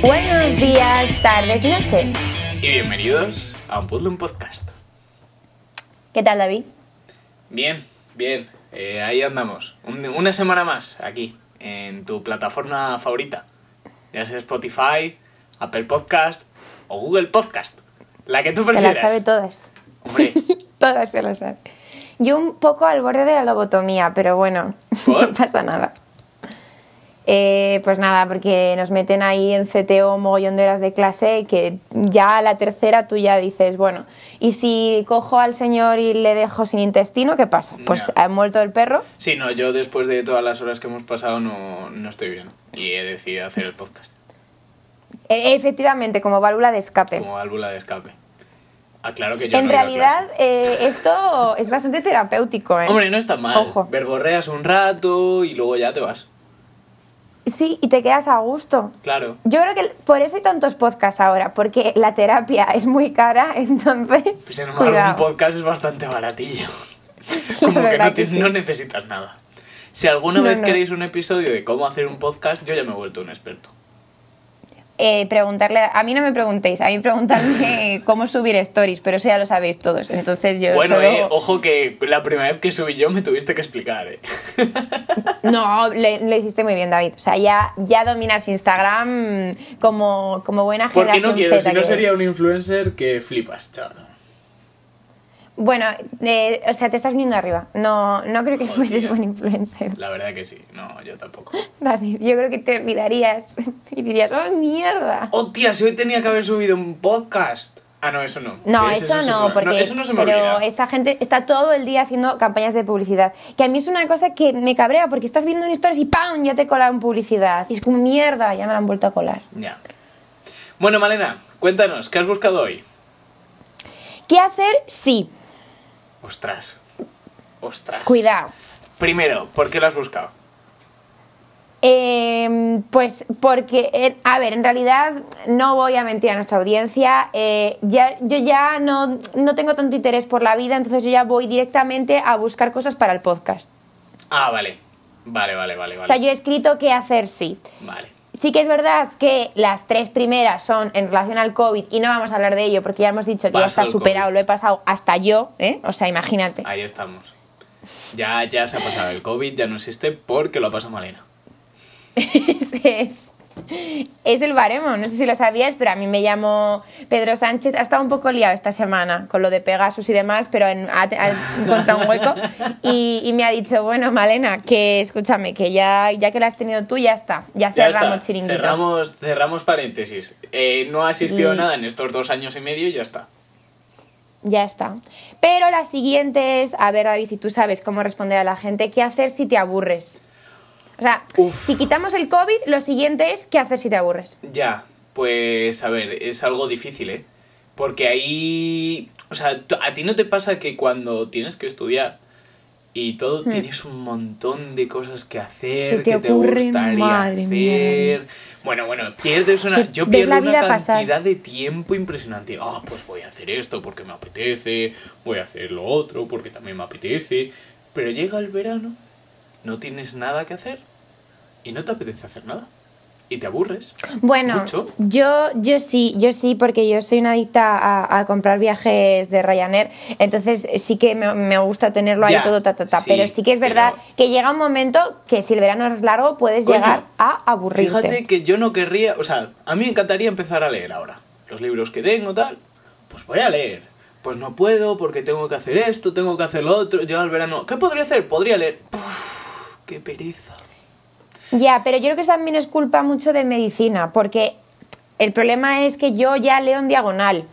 Buenos días, tardes y noches. Y bienvenidos a un Puzzle Podcast. ¿Qué tal, David? Bien, bien, eh, ahí andamos. Un- una semana más aquí, en tu plataforma favorita. Ya sea Spotify, Apple Podcast o Google Podcast. La que tú Se las prefieras. sabe todas. Hombre, todas se las sabe. Yo un poco al borde de la lobotomía, pero bueno, ¿Por? no pasa nada. Eh, pues nada, porque nos meten ahí en CTO mogollón de horas de clase que ya a la tercera tú ya dices, bueno, ¿y si cojo al señor y le dejo sin intestino, qué pasa? Pues Ya. ha muerto el perro. sí, no, yo después de todas las horas que hemos pasado no, no estoy bien. Y he decidido hacer el podcast E- efectivamente, como válvula de escape. como válvula de escape. Aclaro que yo en no he ido a realidad, clase. eh, esto es bastante terapéutico. ¿eh? Hombre, no está mal. Ojo. Verborreas un rato y luego ya te vas. Sí, y te quedas a gusto. Claro. Yo creo que por eso hay tantos podcasts ahora, porque la terapia es muy cara, entonces. Pues sin embargo, un cuidado. podcast es bastante baratillo. La Como que verdad no, que te- sí. no necesitas nada. Si alguna No, vez no. queréis un episodio de cómo hacer un podcast, yo ya me he vuelto un experto. Eh, preguntarle. A mí no me preguntéis, a mí preguntarme eh, cómo subir stories, pero eso ya lo sabéis todos. Entonces yo bueno, solo. eh, ojo que la primera vez que subí yo me tuviste que explicar, eh. No, le- lo hiciste muy bien, David. O sea, ya, ya dominas Instagram como, como buena Porque generación no quiero, Z si no que sería eres. un influencer que flipas, chaval. Bueno, eh, o sea, te estás viniendo arriba. No, no creo que Joder, fueses tía. buen influencer. La verdad que sí, no, yo tampoco. David, yo creo que te olvidarías y dirías, ¡oh, mierda! ¡Hostia, si hoy tenía que haber subido un podcast! Ah, no, eso no. No, Ese- eso ese no, se me- porque eso no se me pero olvida. esta gente está todo el día haciendo campañas de publicidad. Que a mí es una cosa que me cabrea porque estás viendo en historias y ¡pam! ya te colaron publicidad. Y es como mierda, ya me la han vuelto a colar. Ya. Bueno, Malena, cuéntanos, ¿qué has buscado hoy? ¿Qué hacer? Sí, Ostras. Ostras. cuidado. Primero, ¿por qué lo has buscado? Eh, pues porque, eh, a ver, en realidad no voy a mentir a nuestra audiencia, eh, ya, yo ya no, no tengo tanto interés por la vida, entonces yo ya voy directamente a buscar cosas para el podcast. Ah, vale. Vale, vale, vale, vale. O sea, yo he escrito qué hacer sí. Vale. Sí que es verdad que las tres primeras son en relación al COVID y no vamos a hablar de ello porque ya hemos dicho que ya Paso está al superado, COVID. lo he pasado hasta yo, ¿eh? O sea, imagínate. Ahí estamos. Ya, ya se ha pasado el COVID, ya no existe porque lo ha pasado Malena. Ese es, es el baremo, no sé si lo sabías, pero a mí me llamó Pedro Sánchez, ha estado un poco liado esta semana con lo de Pegasus y demás, pero en- ha, ha encontrado un hueco y, y me ha dicho, bueno, Malena, que escúchame, que ya, ya que la has tenido tú, ya está, ya Ya cerramos está. chiringuito. Cerramos, cerramos paréntesis. Eh, no ha asistido Y- nada en estos dos años y medio y ya está. Ya está. Pero la siguiente es, a ver David, si tú sabes cómo responder a la gente, ¿qué hacer si te aburres? O sea, Uf. si quitamos el COVID, lo siguiente es, ¿qué hacer si te aburres? Ya, pues a ver, es algo difícil, ¿eh? Porque ahí... O sea, t- a ti no te pasa que cuando tienes que estudiar y todo, tienes un montón de cosas que hacer, Hmm. Se te que te ocurren, gustaría madre hacer... mía, madre Bueno, bueno, pierdes una... Sí, yo ves pierdo la una vida cantidad pasar. de tiempo impresionante. Ah, pues voy a hacer esto porque me apetece, voy a hacer lo otro porque también me apetece. Pero llega el verano, no tienes nada que hacer y no te apetece hacer nada. Y te aburres. Bueno, Mucho. yo yo sí, yo sí, porque yo soy una adicta a, a comprar viajes de Ryanair, entonces sí que me, me gusta tenerlo ahí Ya, todo, ta, ta, ta. sí, pero sí que es verdad pero- que llega un momento que si el verano es largo, puedes Coño, llegar a aburrirte. Fíjate que yo no querría, o sea, a mí me encantaría empezar a leer ahora. Los libros que tengo, tal, pues voy a leer. Pues no puedo porque tengo que hacer esto, tengo que hacer lo otro. Yo al verano, ¿qué podría hacer? Podría leer. Uf, qué pereza. Ya, pero yo creo que eso también es culpa mucho de medicina, porque el problema es que yo ya leo en diagonal.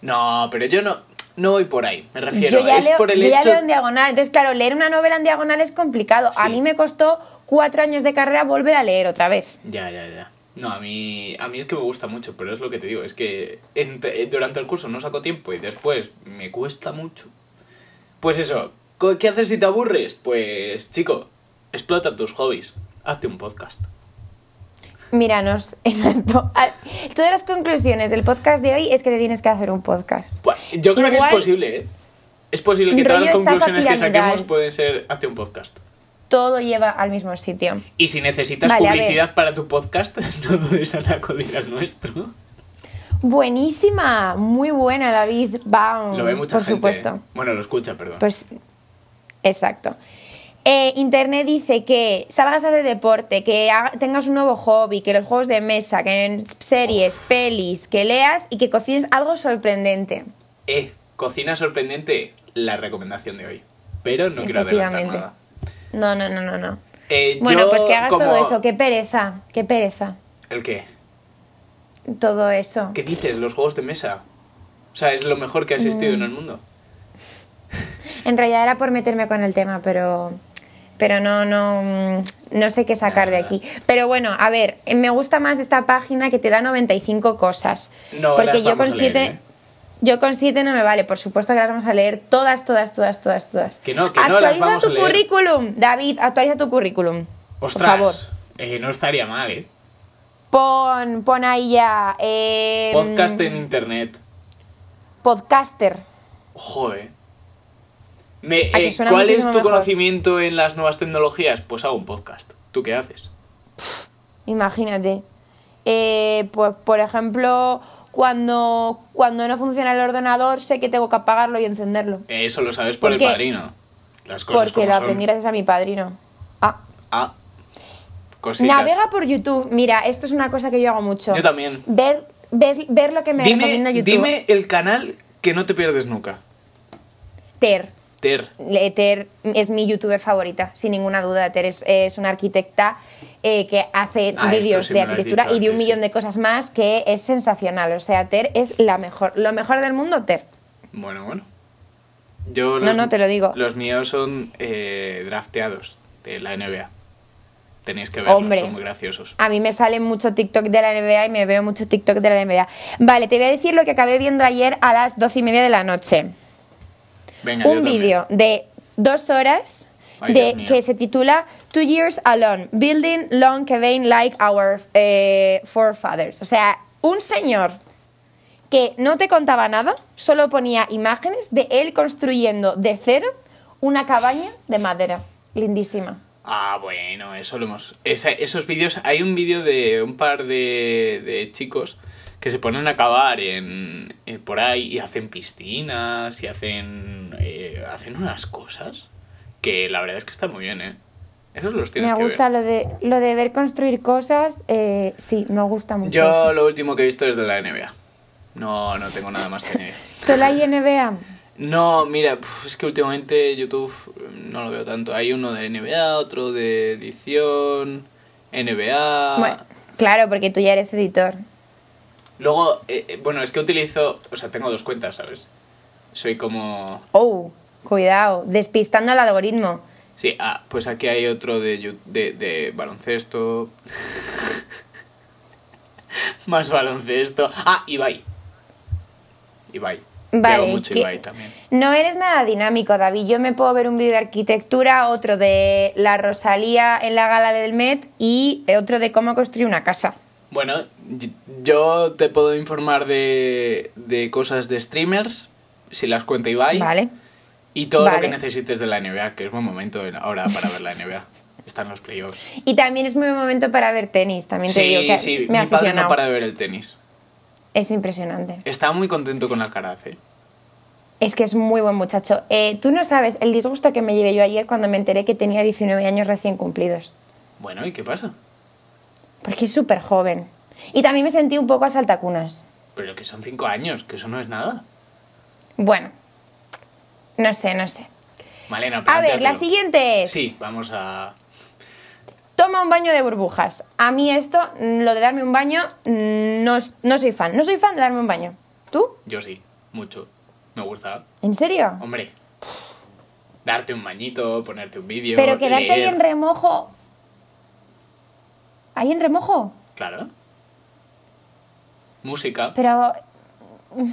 No, pero yo no, no voy por ahí, me refiero. yo ya, es leo, por el yo ya hecho. leo en diagonal. Entonces, claro, leer una novela en diagonal es complicado. A Sí. mí me costó cuatro años de carrera volver a leer otra vez. Ya, ya, ya. No, a mí, a mí es que me gusta mucho, pero es lo que te digo, es que entre- durante el curso no saco tiempo y después me cuesta mucho. Pues eso, co- ¿qué haces si te aburres? Pues, chico, explota tus hobbies, hazte un podcast. Míranos, exacto. Ah, Todas las conclusiones del podcast de hoy es que te tienes que hacer un podcast. Buah, Yo creo que es Igual- posible, ¿eh? Es posible que todas Rollo las estafa conclusiones que piramidal. saquemos pueden ser hazte un podcast. todo lleva al mismo sitio. Y si necesitas Vale, a ver. publicidad para tu podcast, no dudes en acudir al nuestro. Mm, Buenísima, muy buena, David. Vamos, Lo ve mucha por gente. ¿eh? supuesto. Bueno, lo escucha, perdón. Pues, exacto. Eh, Internet dice que salgas a hacer deporte, que ha- tengas un nuevo hobby, que los juegos de mesa, que en series, pelis, que leas y que cocines algo sorprendente. Eh, cocina sorprendente, la recomendación de hoy. Pero no quiero adelantar Efectivamente. No, nada. no, no, no, no. Eh, Bueno, yo, pues que hagas como- todo eso, qué pereza, qué pereza. ¿El qué? Todo eso. ¿Qué dices? Los juegos de mesa. O sea, es lo mejor Mm. que ha existido en el mundo. En realidad era por meterme con el tema, pero pero no no mm, no sé qué sacar de Nada. aquí. Pero bueno, a ver, eh, me gusta más esta página que te da 95 cosas, No las vamos a leer, ¿eh? yo con 7 no me vale, por supuesto que las vamos a leer todas todas todas todas todas. Que no, que no las actualiza vamos tu a leer. currículum, David, actualiza tu currículum. Ostras, Por favor. eh, no estaría mal, ¿eh? Pon pon ahí ya eh, Podcast en internet. podcaster. Joder. Me, ¿A que eh, suena ¿Cuál es tu muchísimo mejor? conocimiento en las nuevas tecnologías? Pues hago un podcast. ¿Tú qué haces? Imagínate. Eh, pues, por ejemplo, cuando, cuando no funciona el ordenador, sé que tengo que apagarlo y encenderlo. Eh, Eso lo sabes por, ¿Por el qué? padrino. Las cosas porque como lo son. aprendí gracias a mi padrino. Ah, Ah. Cositas. navega por YouTube. Mira, esto es una cosa que yo hago mucho. Yo también. Ver, ves- ver lo que me recomienda Dime, YouTube. dime el canal que no te pierdes nunca. Ter. Ter. Le- Ter es mi youtuber favorita, sin ninguna duda. Ter es, es una arquitecta eh, que hace Ah, esto vídeos sí de me lo has arquitectura dicho y de un antes, millón sí. de cosas más que es sensacional. O sea, Ter es la mejor. Lo mejor del mundo, Ter. Bueno, bueno. Yo No, no, te lo digo. Los míos son eh, drafteados de la NBA. Tenéis que verlos, Hombre. son muy graciosos. A mí me sale mucho TikTok de la NBA y me veo mucho TikTok de la NBA. Vale, te voy a decir lo que acabé viendo ayer a las doce y media de la noche. Venga, yo Un también. vídeo de dos horas Ay, Dios de, mío. que se titula Two Years Alone, Building Long Cavern Like Our eh, Forefathers. O sea, un señor que no te contaba nada, solo ponía imágenes de él construyendo de cero una cabaña de madera. Lindísima. Ah, bueno, eso lo hemos. esa- esos vídeos. Hay un vídeo de un par de, de chicos que se ponen a cavar en, eh, por ahí y hacen piscinas y hacen. eh, hacen unas cosas que la verdad es que está muy bien, ¿eh? Esos los tienes Me que gusta ver. lo de, lo de ver construir cosas. eh, sí, me gusta mucho. Yo eso. lo último que he visto es de la NBA. No, no tengo nada más que añadir. Solo hay NBA. No, mira, pf, es que últimamente YouTube mm, no lo veo tanto. Hay uno de NBA, otro de edición, NBA. Bueno, claro, porque tú ya eres editor. Luego, eh, eh, bueno, es que utilizo, o sea, tengo dos cuentas, ¿sabes? Soy como... Oh, cuidado, despistando al algoritmo. Sí, ah, pues aquí hay otro de, yu- de, de baloncesto. Más baloncesto. Ah, Ibai. Ibai. Vale, Veo mucho ¿qué- Ibai también. No eres nada dinámico, David. Yo me puedo ver un vídeo de arquitectura, otro de la Rosalía en la gala del Met y otro de cómo construir una casa. Bueno, y- yo te puedo informar de, de cosas de streamers, si las cuenta Ibai. Vale. Y todo lo que Vale. necesites de la NBA, que es buen momento en- ahora para ver la NBA. Están los playoffs. Y también es muy buen momento para ver tenis. También te sí, digo que sí, me ha mi padre no aficionado. para de ver el tenis. Es impresionante. Está muy contento con Alcaraz, ¿eh? Es que es muy buen muchacho. Eh, Tú no sabes el disgusto que me llevé yo ayer cuando me enteré que tenía 19 años recién cumplidos. Bueno, ¿y qué pasa? Porque es súper joven. Y también me sentí un poco a saltacunas. Pero que son cinco años, que eso no es nada. Bueno, no sé, no sé. Malena, A ver, la plantéatelo. siguiente es... Sí, vamos a... Toma un baño de burbujas. A mí esto, mm, lo de darme un baño, mm, no, s- no soy fan. No soy fan de darme un baño. ¿Tú? Yo sí, mucho. Me gusta. ¿En serio? Hombre, darte un bañito, ponerte un vídeo, Pero quedarte ahí leer. en remojo... ¿Ahí en remojo? Claro. Música. Pero... mm,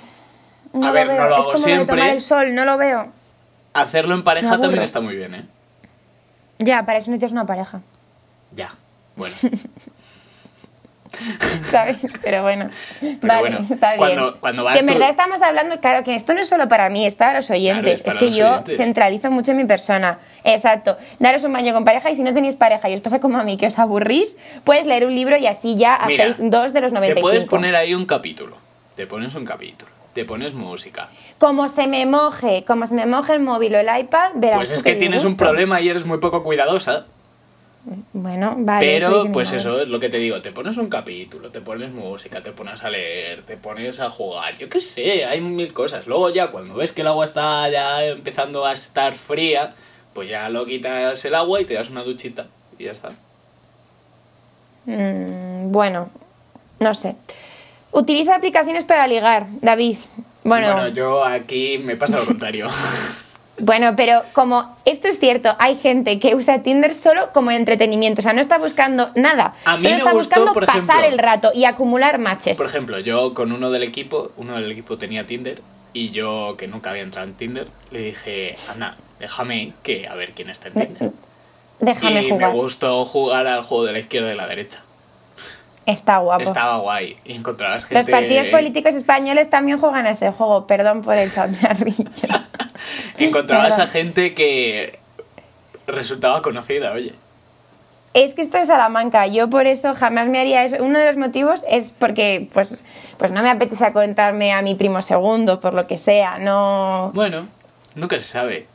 No A lo ver, no veo. lo es hago como de tomar siempre. el sol, no lo veo. Hacerlo en pareja Me aburro. también está muy bien, ¿eh? Ya, para eso necesitas una pareja. Ya. Bueno. ¿sabes? Pero bueno, vale, bueno, está bien. cuando- cuando vas que en tú- verdad estamos hablando, claro, que esto no es solo para mí, es para los oyentes. es para es que los yo oyentes. centralizo mucho en mi persona. Exacto. Daros un baño con pareja y si no tenéis pareja y os pasa como a mí que os aburrís, puedes leer un libro y así ya Mira, hacéis dos de los Te 95. puedes poner ahí un capítulo. Te pones un capítulo. Te pones música. Como se me moje, como se me moje el móvil o el iPad, verás. Pues es tú que qué tienes un disgusto. problema y eres muy poco cuidadosa. Bueno, vale. eso dice Pero, mi pues madre. eso es lo que te digo, te pones un capítulo, te pones música, te pones a leer, te pones a jugar, yo qué sé, hay mil cosas. Luego ya cuando ves que el agua está ya empezando a estar fría, pues ya lo quitas el agua y te das una duchita y ya está. Mm, bueno, no sé. Utiliza aplicaciones para ligar, David. Bueno, Bueno, yo aquí me pasa lo contrario. Bueno, pero como esto es cierto, hay gente que usa Tinder solo como entretenimiento, o sea, no está buscando nada, A mí solo me está gustó, buscando por pasar ejemplo- el rato y acumular matches. Por ejemplo, yo con uno del equipo, uno del equipo tenía Tinder y yo que nunca había entrado en Tinder, le dije, anda, déjame que a ver quién está en Tinder. Déjame y jugar. me gustó jugar al juego de la izquierda y de la derecha. Está guapo. Estaba guay. Y encontrabas gente. Los partidos políticos españoles también juegan a ese juego, perdón por el chasmearrillo. Encontrabas a Perdón. gente que resultaba conocida, oye. Es que esto es Salamanca, yo por eso jamás me haría eso. Uno de los motivos es porque pues, pues no me apetece contarme a mi primo segundo, por lo que sea, no... Bueno, nunca se sabe.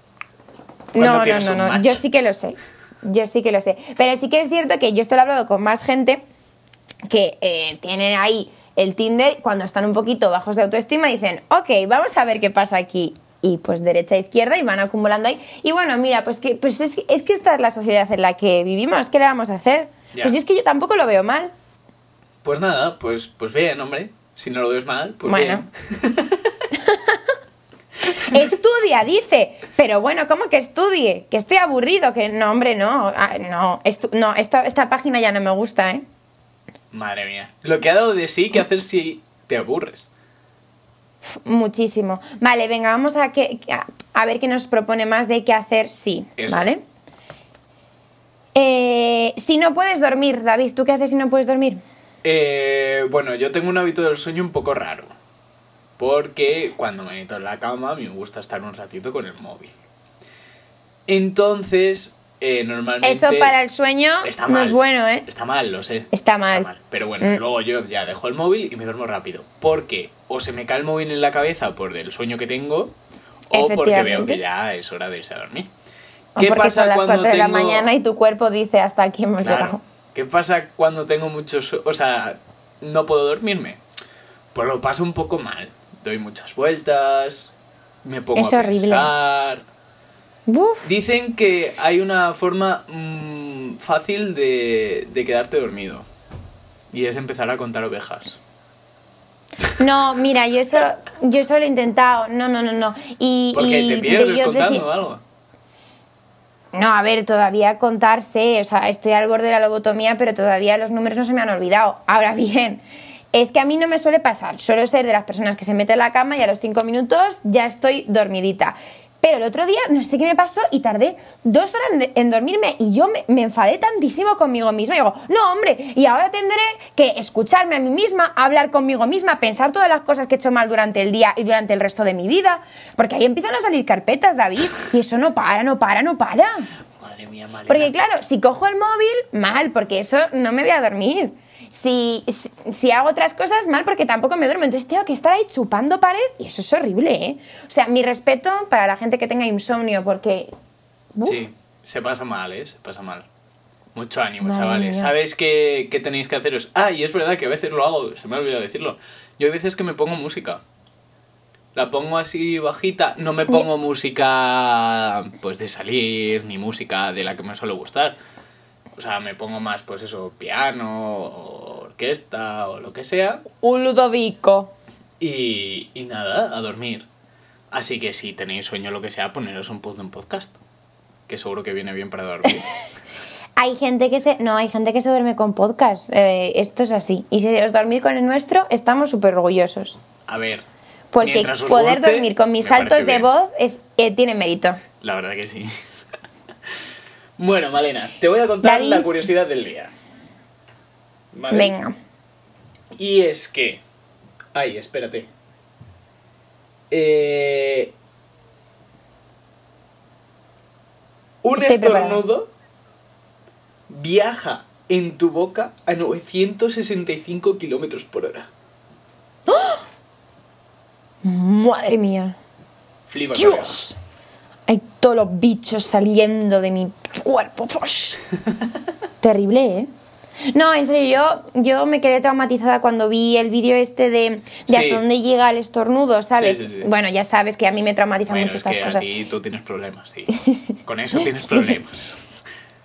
cuando No, no, tienes no, un no. match. Yo sí que lo sé. Yo sí que lo sé. Pero sí que es cierto que yo esto lo he hablado con más gente que eh, tienen ahí el Tinder cuando están un poquito bajos de autoestima dicen, ok, vamos a ver qué pasa aquí. Y pues derecha e izquierda y van acumulando ahí. Y bueno, mira, pues que pues es, es que esta es la sociedad en la que vivimos. ¿Qué le vamos a hacer? Ya. Pues yo es que yo tampoco lo veo mal. Pues nada, pues, pues bien, hombre. Si no lo ves mal, pues Bueno. bien. Estudia, dice. Pero bueno, ¿cómo que estudie? Que estoy aburrido. Que no, hombre, no. Ah, no, estu- no esta, esta página ya no me gusta, ¿eh? Madre mía. Lo que ha dado de sí, ¿qué hacer si te aburres? Muchísimo. Vale, venga, vamos a, que, a- a ver qué nos propone más de qué hacer sí, Eso. ¿vale? Eh, si no puedes dormir, David, ¿tú qué haces si no puedes dormir? Eh, bueno, yo tengo un hábito del sueño un poco raro. Porque cuando me meto en la cama, a mí me gusta estar un ratito con el móvil. Entonces, eh, normalmente. Eso para el sueño Está no mal. es bueno, ¿eh? Está mal, lo sé. Está mal. Pero bueno, Mm. luego yo ya dejo el móvil y me duermo rápido. Porque o se me cae el móvil en la cabeza por el sueño que tengo, o porque veo Efectivamente. que ya es hora de irse a dormir. O porque son las 4 de la mañana y tu cuerpo dice hasta aquí hemos Claro. llegado. ¿Qué pasa cuando tengo muchos... O sea, no puedo dormirme? Pues lo paso un poco mal. Doy muchas vueltas, me pongo Es a horrible. pensar... Buf, Dicen que hay una forma mm, fácil de, de quedarte dormido. Y es empezar a contar ovejas. no, mira, yo eso, yo eso lo he intentado. No, no, no, no. Y, Porque y te de pierdes yo contando decir- algo. No, a ver, todavía contarse, o sea, estoy al borde de la lobotomía, pero todavía los números no se me han olvidado. Ahora bien, es que a mí no me suele pasar, suelo ser de las personas que se mete en la cama y a los cinco minutos ya estoy dormidita. Pero el otro día no sé qué me pasó y tardé dos horas en, de- en dormirme y yo me, me enfadé tantísimo conmigo misma. Y digo, no, hombre, y ahora tendré que escucharme a mí misma, hablar conmigo misma, pensar todas las cosas que he hecho mal durante el día y durante el resto de mi vida. Porque ahí empiezan a salir carpetas, David, y eso no para, no para, no para. Madre mía, Malena. Porque claro, si cojo el móvil, mal, porque eso no me voy a dormir. Si, si, si hago otras cosas, mal, porque tampoco me duermo. Entonces tengo que estar ahí chupando pared y eso es horrible, ¿eh? O sea, mi respeto para la gente que tenga insomnio, porque... Uf, Sí, se pasa mal, ¿eh? Se pasa mal. Mucho ánimo, Madre chavales. mía. ¿Sabéis qué, qué tenéis que haceros? Ah, y es verdad que a veces lo hago, se me ha olvidado decirlo. Yo hay veces que me pongo música. La pongo así bajita, no me pongo música pues de salir, ni música de la que me suele gustar. O sea, me pongo más pues eso, piano, o orquesta o lo que sea. Un Ludovico. Y, y nada, a dormir. Así que si tenéis sueño o lo que sea, poneros un pod un podcast. Que seguro que viene bien para dormir. Hay gente que se... No, hay gente que se duerme con podcast. eh, esto es así. Y si os dormís con el nuestro, estamos súper orgullosos. A ver. Porque mientras os poder guste, dormir con mis me parece saltos de bien. voz es, eh, tiene mérito. La verdad que sí. bueno, Malena, te voy a contar David. la curiosidad del día. Vale. Venga. Y es que... Ay, espérate. Eh, un Estoy preparada. estornudo viaja en tu boca a 965 kilómetros por hora. Madre mía. Flipa, Dios. Hay todos los bichos saliendo de mi cuerpo. Fosh. Terrible, ¿eh? No, en serio, yo, yo me quedé traumatizada cuando vi el vídeo este de, de Sí. hasta dónde llega el estornudo, ¿sabes? sí, sí. Bueno, ya sabes que a mí me traumatizan Bueno, mucho es estas que cosas. aquí tú tienes problemas, sí. Con eso tienes Sí. problemas.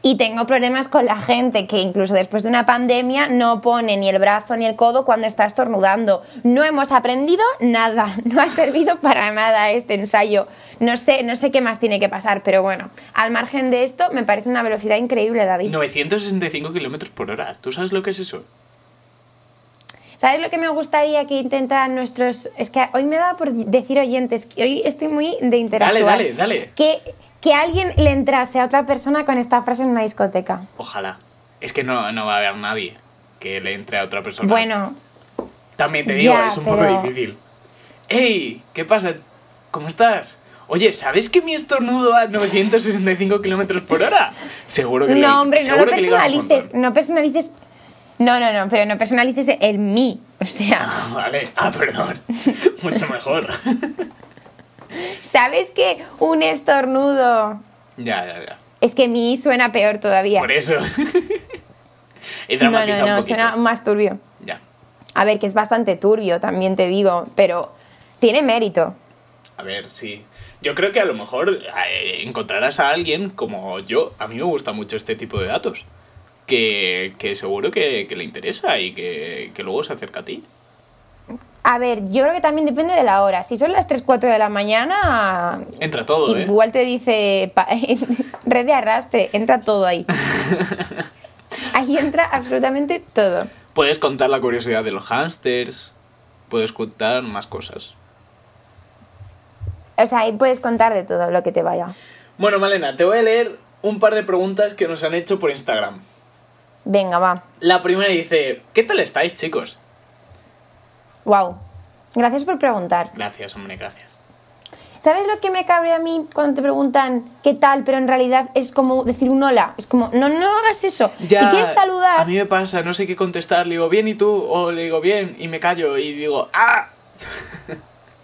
Y tengo problemas con la gente que incluso después de una pandemia no pone ni el brazo ni el codo cuando está estornudando. No hemos aprendido nada, no ha servido para nada este ensayo. No sé, no sé qué más tiene que pasar, pero bueno, al margen de esto me parece una velocidad increíble, David. 965 kilómetros por hora. ¿Tú sabes lo que es eso? ¿Sabes lo que me gustaría que intentan nuestros... Es que hoy me da por decir oyentes, que hoy estoy muy de Dale, interactuar. dale, dale. Que, que alguien le entrase a otra persona con esta frase en una discoteca. Ojalá. Es que no, no va a haber nadie que le entre a otra persona. Bueno, También te digo, Ya, es un pero- poco difícil. ¡Ey! ¿Qué pasa? ¿Cómo estás? Oye, ¿sabes que mi estornudo va a 965 kilómetros por hora? Seguro que No, hombre, no lo seguro que le llegas un personalices. montón. No personalices. No, no, no, pero no personalices el mí. O sea, Ah, Vale. Ah, perdón. Mucho mejor. ¿sabes que un estornudo. ya, ya, ya. Es que mi suena peor todavía. Por eso. He No, dramatizado no, un no, poquito. suena más turbio. Ya. A ver, que es bastante turbio, también te digo, pero tiene mérito. A ver, sí. Yo creo que a lo mejor eh, encontrarás a alguien como yo. A mí me gusta mucho este tipo de datos. Que, que seguro que, que le interesa y que, que luego se acerca a ti. A ver, yo creo que también depende de la hora. Si son las 3, 4 de la mañana, Entra todo, ¿eh? igual te dice pa- red de arrastre, entra todo ahí. Ahí entra absolutamente todo. Puedes contar la curiosidad de los hámsters. Puedes contar más cosas. O sea, ahí puedes contar de todo lo que te vaya. Bueno, Malena, te voy a leer un par de preguntas que nos han hecho por Instagram. Venga, va. La primera dice, ¿qué tal estáis, chicos? Wow. Gracias por preguntar. Gracias, hombre, gracias. ¿Sabes lo que me cabrea a mí cuando te preguntan qué tal, pero en realidad es como decir un hola? Es como, no, no hagas eso. si quieres A saludar, mí me pasa, no sé qué contestar. Le digo, bien, ¿y tú? O le digo, bien, y me callo y digo, ¡ah!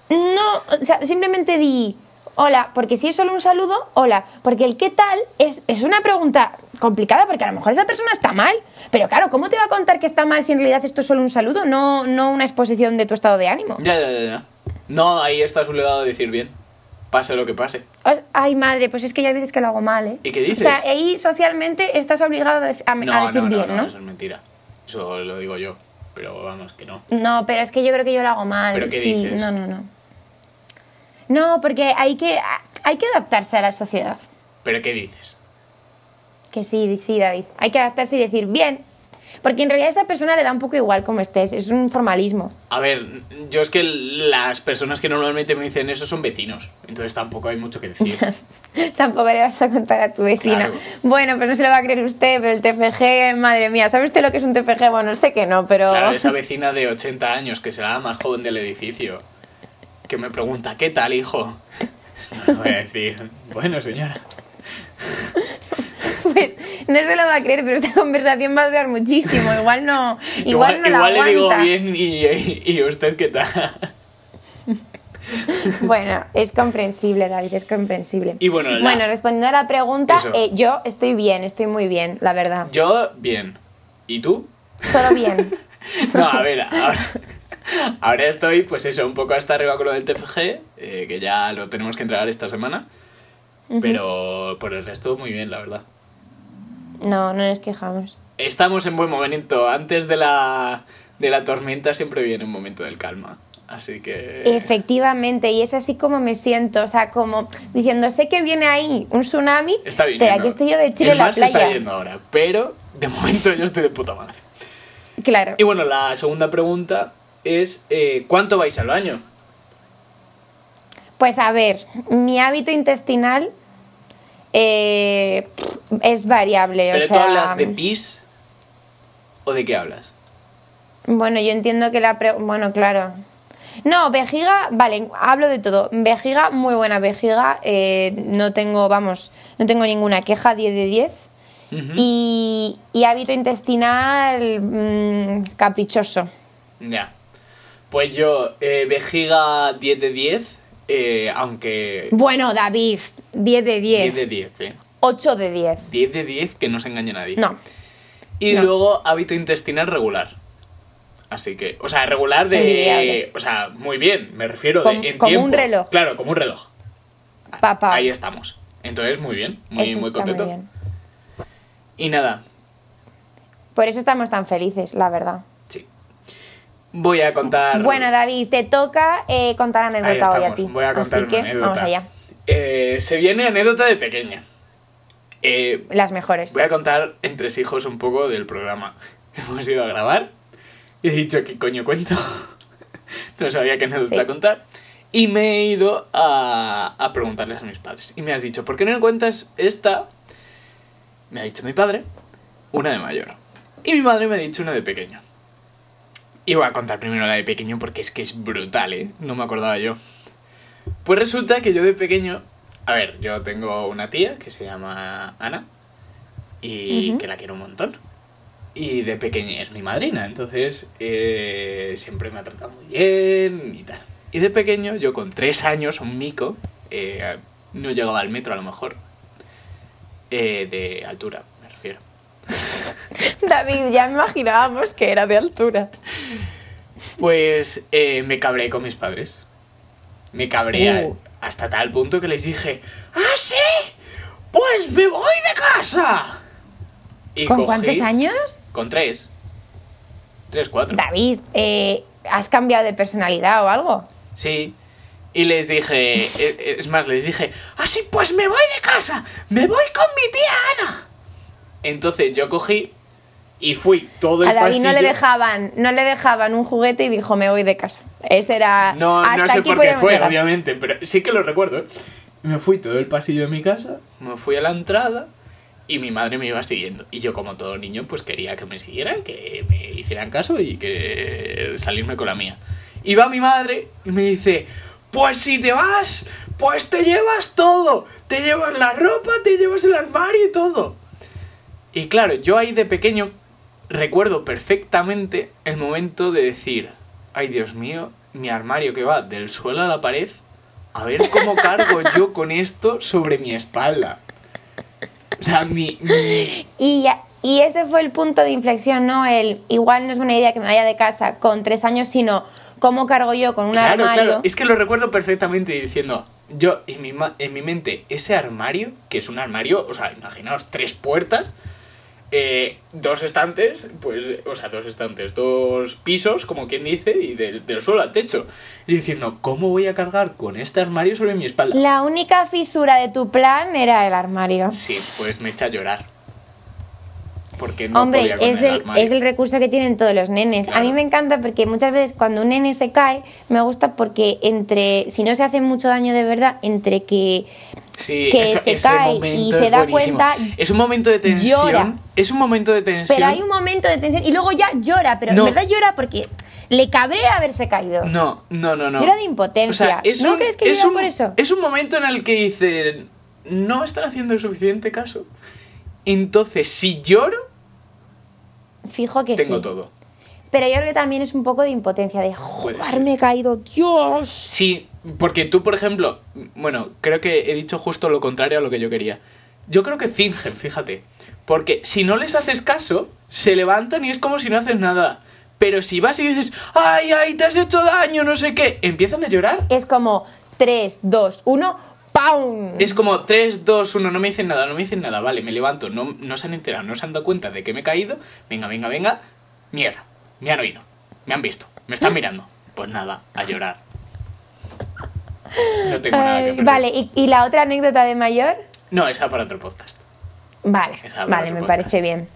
no, o sea, simplemente di hola, porque si es solo un saludo, hola. Porque el qué tal es, es una pregunta complicada, porque a lo mejor esa persona está mal. Pero claro, ¿cómo te va a contar que está mal si en realidad esto es solo un saludo, no, no una exposición de tu estado de ánimo? Ya, ya, ya, ya. No, ahí estás obligado a decir bien. Pase lo que pase. Os- Ay, madre, pues es que ya hay veces que lo hago mal, ¿eh? ¿Y qué dices? O sea, ahí socialmente estás obligado a, dec- a- a No, decir no, no, bien, no, ¿no? eso es mentira. Eso lo digo yo. Pero vamos, que no. No, pero es que yo creo que yo lo hago mal. ¿Pero qué sí, dices? no, no, no. No, porque hay que, hay que adaptarse a la sociedad. ¿Pero qué dices? Que sí, sí, David. Hay que adaptarse y decir bien. Porque en realidad a esa persona le da un poco igual como estés. Es un formalismo. A ver, yo es que las personas que normalmente me dicen eso son vecinos. Entonces tampoco hay mucho que decir. Tampoco le vas a contar a tu vecina. Claro. Bueno, pues no se lo va a creer usted, pero el TFG, madre mía. ¿Sabe usted lo que es un TFG? Bueno, sé que no, pero... Claro, esa vecina de 80 años que será la más joven del edificio. Que me pregunta, ¿qué tal, hijo? No le voy a decir, bueno, señora. Pues no se lo va a creer, pero esta conversación va a durar muchísimo. Igual no, igual, no la le digo aguanta. bien y, y usted qué tal. Bueno, es comprensible, David, es comprensible. Y bueno, la- Bueno, respondiendo a la pregunta, Eso. eh, yo estoy bien, estoy muy bien, la verdad. Yo, bien. ¿Y tú? Solo bien. No, a ver, ahora, ahora estoy, pues eso, un poco hasta arriba con lo del TFG, eh, que ya lo tenemos que entregar esta semana. Pero por el resto, muy bien, la verdad. No, no nos quejamos. Estamos en buen momento. Antes de la, de la tormenta siempre viene un momento del calma. Así que. Efectivamente, y es así como me siento, o sea, como diciendo, sé que viene ahí un tsunami, Está bien. pero aquí estoy yo de Chile en la está playa. yendo ahora, pero de momento yo estoy de puta madre. Claro. Y bueno, la segunda pregunta es: eh, ¿cuánto vais al baño? Pues a ver, mi hábito intestinal eh, es variable. ¿Pero Eh, o tú sea, mm. hablas de pis o de qué hablas? Bueno, yo entiendo que la... pre- bueno, claro. No, vejiga, vale, hablo de todo. Vejiga, muy buena vejiga. eh, no tengo, vamos, no tengo ninguna queja, 10 de 10. Ujú. y, y hábito intestinal mm, caprichoso. Ya. Pues yo, eh, vejiga 10 de 10, eh, aunque... Bueno, David, 10 de 10. 10 de 10, eh. 8 de 10. 10 de 10 que no se engañe nadie. No, Y no. luego hábito intestinal regular. Así que, o sea, regular de... Envidiable. O sea, muy bien, me refiero Com- de... en como un tiempo. reloj. Claro, como un reloj. papá. Ahí estamos. Entonces, muy bien, muy, eso muy está contento. muy bien. Y nada, Por eso estamos tan felices, la verdad. sí. Voy a contar... Bueno, David, te toca eh, contar Ahí anécdota hoy a estamos. ti. Voy a contar Así una que anécdota. vamos allá. Eh, se viene anécdota de pequeña. Eh, Las mejores. Voy a contar entre hijos un poco del programa. Hemos ido a grabar y he dicho, ¿qué coño cuento? no sabía qué nos Sí. iba a contar. Y me he ido a, a preguntarles a mis padres. Y me has dicho, ¿por qué no cuentas esta? Me ha dicho mi padre, una de mayor. Y mi madre me ha dicho una de pequeño. Y voy a contar primero la de pequeño porque es que es brutal, ¿eh? No me acordaba yo. Pues resulta que yo de pequeño... A ver, yo tengo una tía que se llama Ana y Ujú. que la quiero un montón. Y de pequeña es mi madrina, entonces eh, siempre me ha tratado muy bien y tal. Y de pequeño, yo con tres años, un mico, eh, no llegaba al metro a lo mejor. Eh, de altura, me refiero. David, ya imaginábamos que era de altura. Pues eh, me cabré con mis padres. Me cabré Uh. a- hasta tal punto que les dije, ¡Ah, sí! Pues me voy de casa. Y ¿Con cogí- cuántos años? Con tres. Tres, cuatro. David, eh, ¿has cambiado de personalidad o algo? Sí. Y les dije, e- es más, les dije, así pues me voy de casa, me voy con mi tía Ana. Entonces yo cogí y fui todo el A David no le pasillo- dejaban, no le dejaban un juguete y dijo me voy de casa. Ese era No, hasta no sé aquí por qué podemos fue, llegar. obviamente, pero sí que lo recuerdo. ¿eh? Me fui todo el pasillo de mi casa, me fui a la entrada y mi madre me iba siguiendo. Y yo, como todo niño, pues quería que me siguieran, que me hicieran caso y que salirme con la mía. Y va mi madre y me dice, pues si te vas, pues te llevas todo. Te llevas la ropa, te llevas el armario y todo. Y claro, yo ahí de pequeño recuerdo perfectamente el momento de decir, ay Dios mío, mi armario que va del suelo a la pared, a ver cómo cargo yo con esto sobre mi espalda. O sea, mi... mi- Y, ya- y ese fue el punto de inflexión, ¿no? El igual no es buena idea que me vaya de casa con tres años, sino cómo cargo yo con un Claro, armario. claro, es que lo recuerdo perfectamente diciendo, yo en mi, ma- en mi mente, ese armario, que es un armario, o sea, imaginaos tres puertas, eh, dos estantes, pues, o sea, dos estantes, dos pisos, como quien dice, y del, del suelo al techo. Y diciendo, ¿cómo voy a cargar con este armario sobre mi espalda? La única fisura de tu plan era el armario. Sí, pues me echa a llorar. Porque no Hombre, podía con es el el, armario. es el recurso que tienen todos los nenes. A mí Claro. me encanta porque muchas veces cuando un nene se cae, me gusta porque entre, si no se hace mucho daño de verdad, entre que Sí, que eso- se ese cae momento y es se da buenísimo. cuenta, Es un momento de tensión. llora. Es un momento de tensión. Pero hay un momento de tensión y luego ya llora, pero No. en verdad llora porque le cabrea haberse caído. No, no, no, no. Llora de impotencia. ¿No crees que es llora un- por eso? Es un momento en el que dicen, no están haciendo el suficiente caso. Entonces, si lloro, Fijo que tengo sí. todo. Pero yo creo que también es un poco de impotencia, de ser. joder, me he caído, Dios. Sí, porque tú, por ejemplo, bueno, creo que he dicho justo lo contrario a lo que yo quería. Yo creo que fingen, fíjate. Porque si no les haces caso, se levantan y es como si no haces nada. Pero si vas y dices, ay, ay, te has hecho daño, no sé qué, empiezan a llorar. Es como 3, 2, 1, ¡pam! Es como 3, 2, 1, no me dicen nada, no me dicen nada, vale, me levanto, no, no se han enterado, no se han dado cuenta de que me he caído, venga, venga, venga, mierda, me han oído, me han visto, me están mirando. Pues nada, a llorar. No tengo nada que Ay, perder. Eh, vale, ¿y, y la otra anécdota de mayor? No, esa para otro podcast. Vale, Esa habrá vale, que me cortar. parece bien.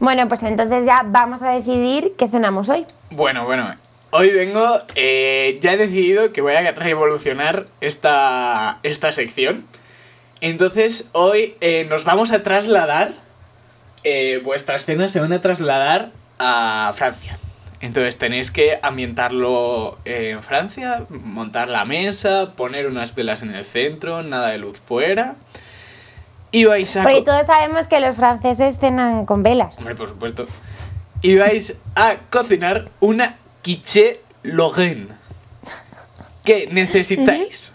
Bueno, pues entonces ya vamos a decidir qué cenamos hoy. Bueno, bueno. Hoy vengo, eh, ya he decidido que voy a revolucionar esta, esta sección. Entonces hoy eh, nos vamos a trasladar, eh, vuestras cenas se van a trasladar a Francia. Entonces tenéis que ambientarlo en Francia, montar la mesa, poner unas velas en el centro, nada de luz fuera. Y vais a... Porque todos sabemos que los franceses cenan con velas. Hombre, por supuesto. Y vais a cocinar una quiche lorraine. Que necesitáis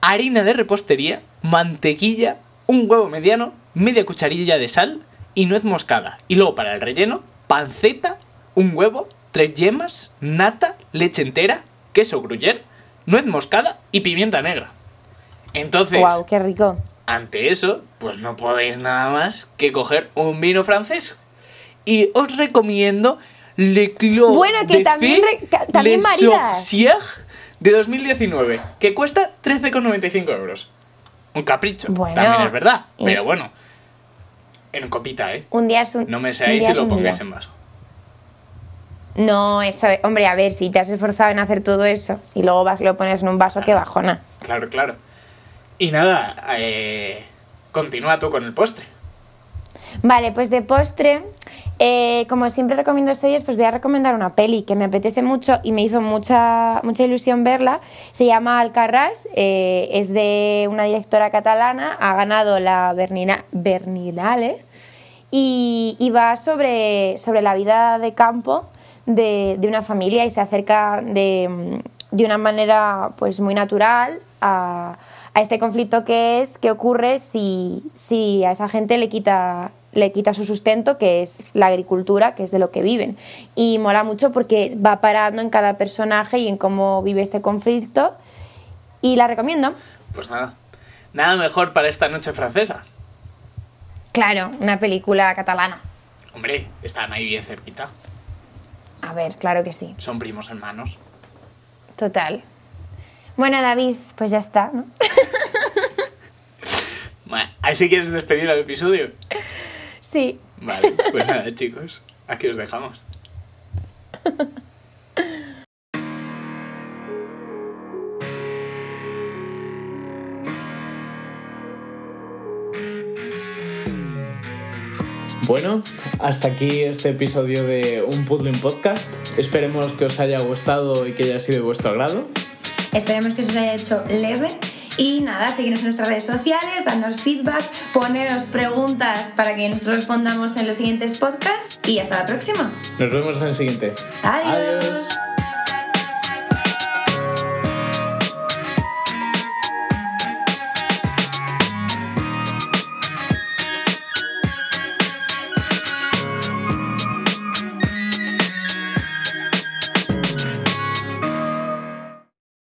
harina de repostería, mantequilla, un huevo mediano, media cucharilla de sal y nuez moscada. Y luego para el relleno, panceta, un huevo, tres yemas, nata, leche entera, queso gruyer, nuez moscada y pimienta negra. Entonces, Guau, qué rico. ante eso, pues no podéis nada más que coger un vino francés. Y os recomiendo Le Clos Bueno, que de también Feu re- ca- también Le maridas. Sorcier de 2019, que cuesta 13,95 euros. Un capricho, Bueno, también es verdad. y- Pero bueno, en copita, ¿eh? Un día es un... No me un seáis día y es lo un pongáis día. en vaso. No, eso, hombre, a ver, si te has esforzado en hacer todo eso y luego vas y lo pones en un vaso, que bajona. Claro, claro. Y nada, eh, continúa tú con el postre. Vale, pues de postre, eh, como siempre recomiendo series, pues voy a recomendar una peli que me apetece mucho y me hizo mucha, mucha ilusión verla. Se llama Alcarrás, eh, es de una directora catalana, ha ganado la Bernina, Berninale y, y va sobre, sobre la vida de campo de, de una familia y se acerca de, de una manera pues muy natural a, a este conflicto que es, que ocurre si, si a esa gente le quita, le quita su sustento, que es la agricultura, que es de lo que viven. Y mola mucho porque va parando en cada personaje y en cómo vive este conflicto. Y la recomiendo. Pues nada, nada mejor para esta noche francesa. Claro, una película catalana. Hombre, están ahí bien cerquita. A ver, claro que sí. Son primos hermanos. Total. Bueno, David, pues ya está, ¿no? Bueno, ¿Así quieres despedir al episodio? Sí. Vale, pues nada, chicos. Aquí os dejamos. Bueno, hasta aquí este episodio de Un Puzzling Podcast. Esperemos que os haya gustado y que haya sido de vuestro agrado. Esperemos que se os haya hecho leve. Y nada, seguirnos en nuestras redes sociales, darnos feedback, poneros preguntas para que nosotros respondamos en los siguientes podcasts. Y hasta la próxima. Nos vemos en el siguiente. Adiós. Adiós.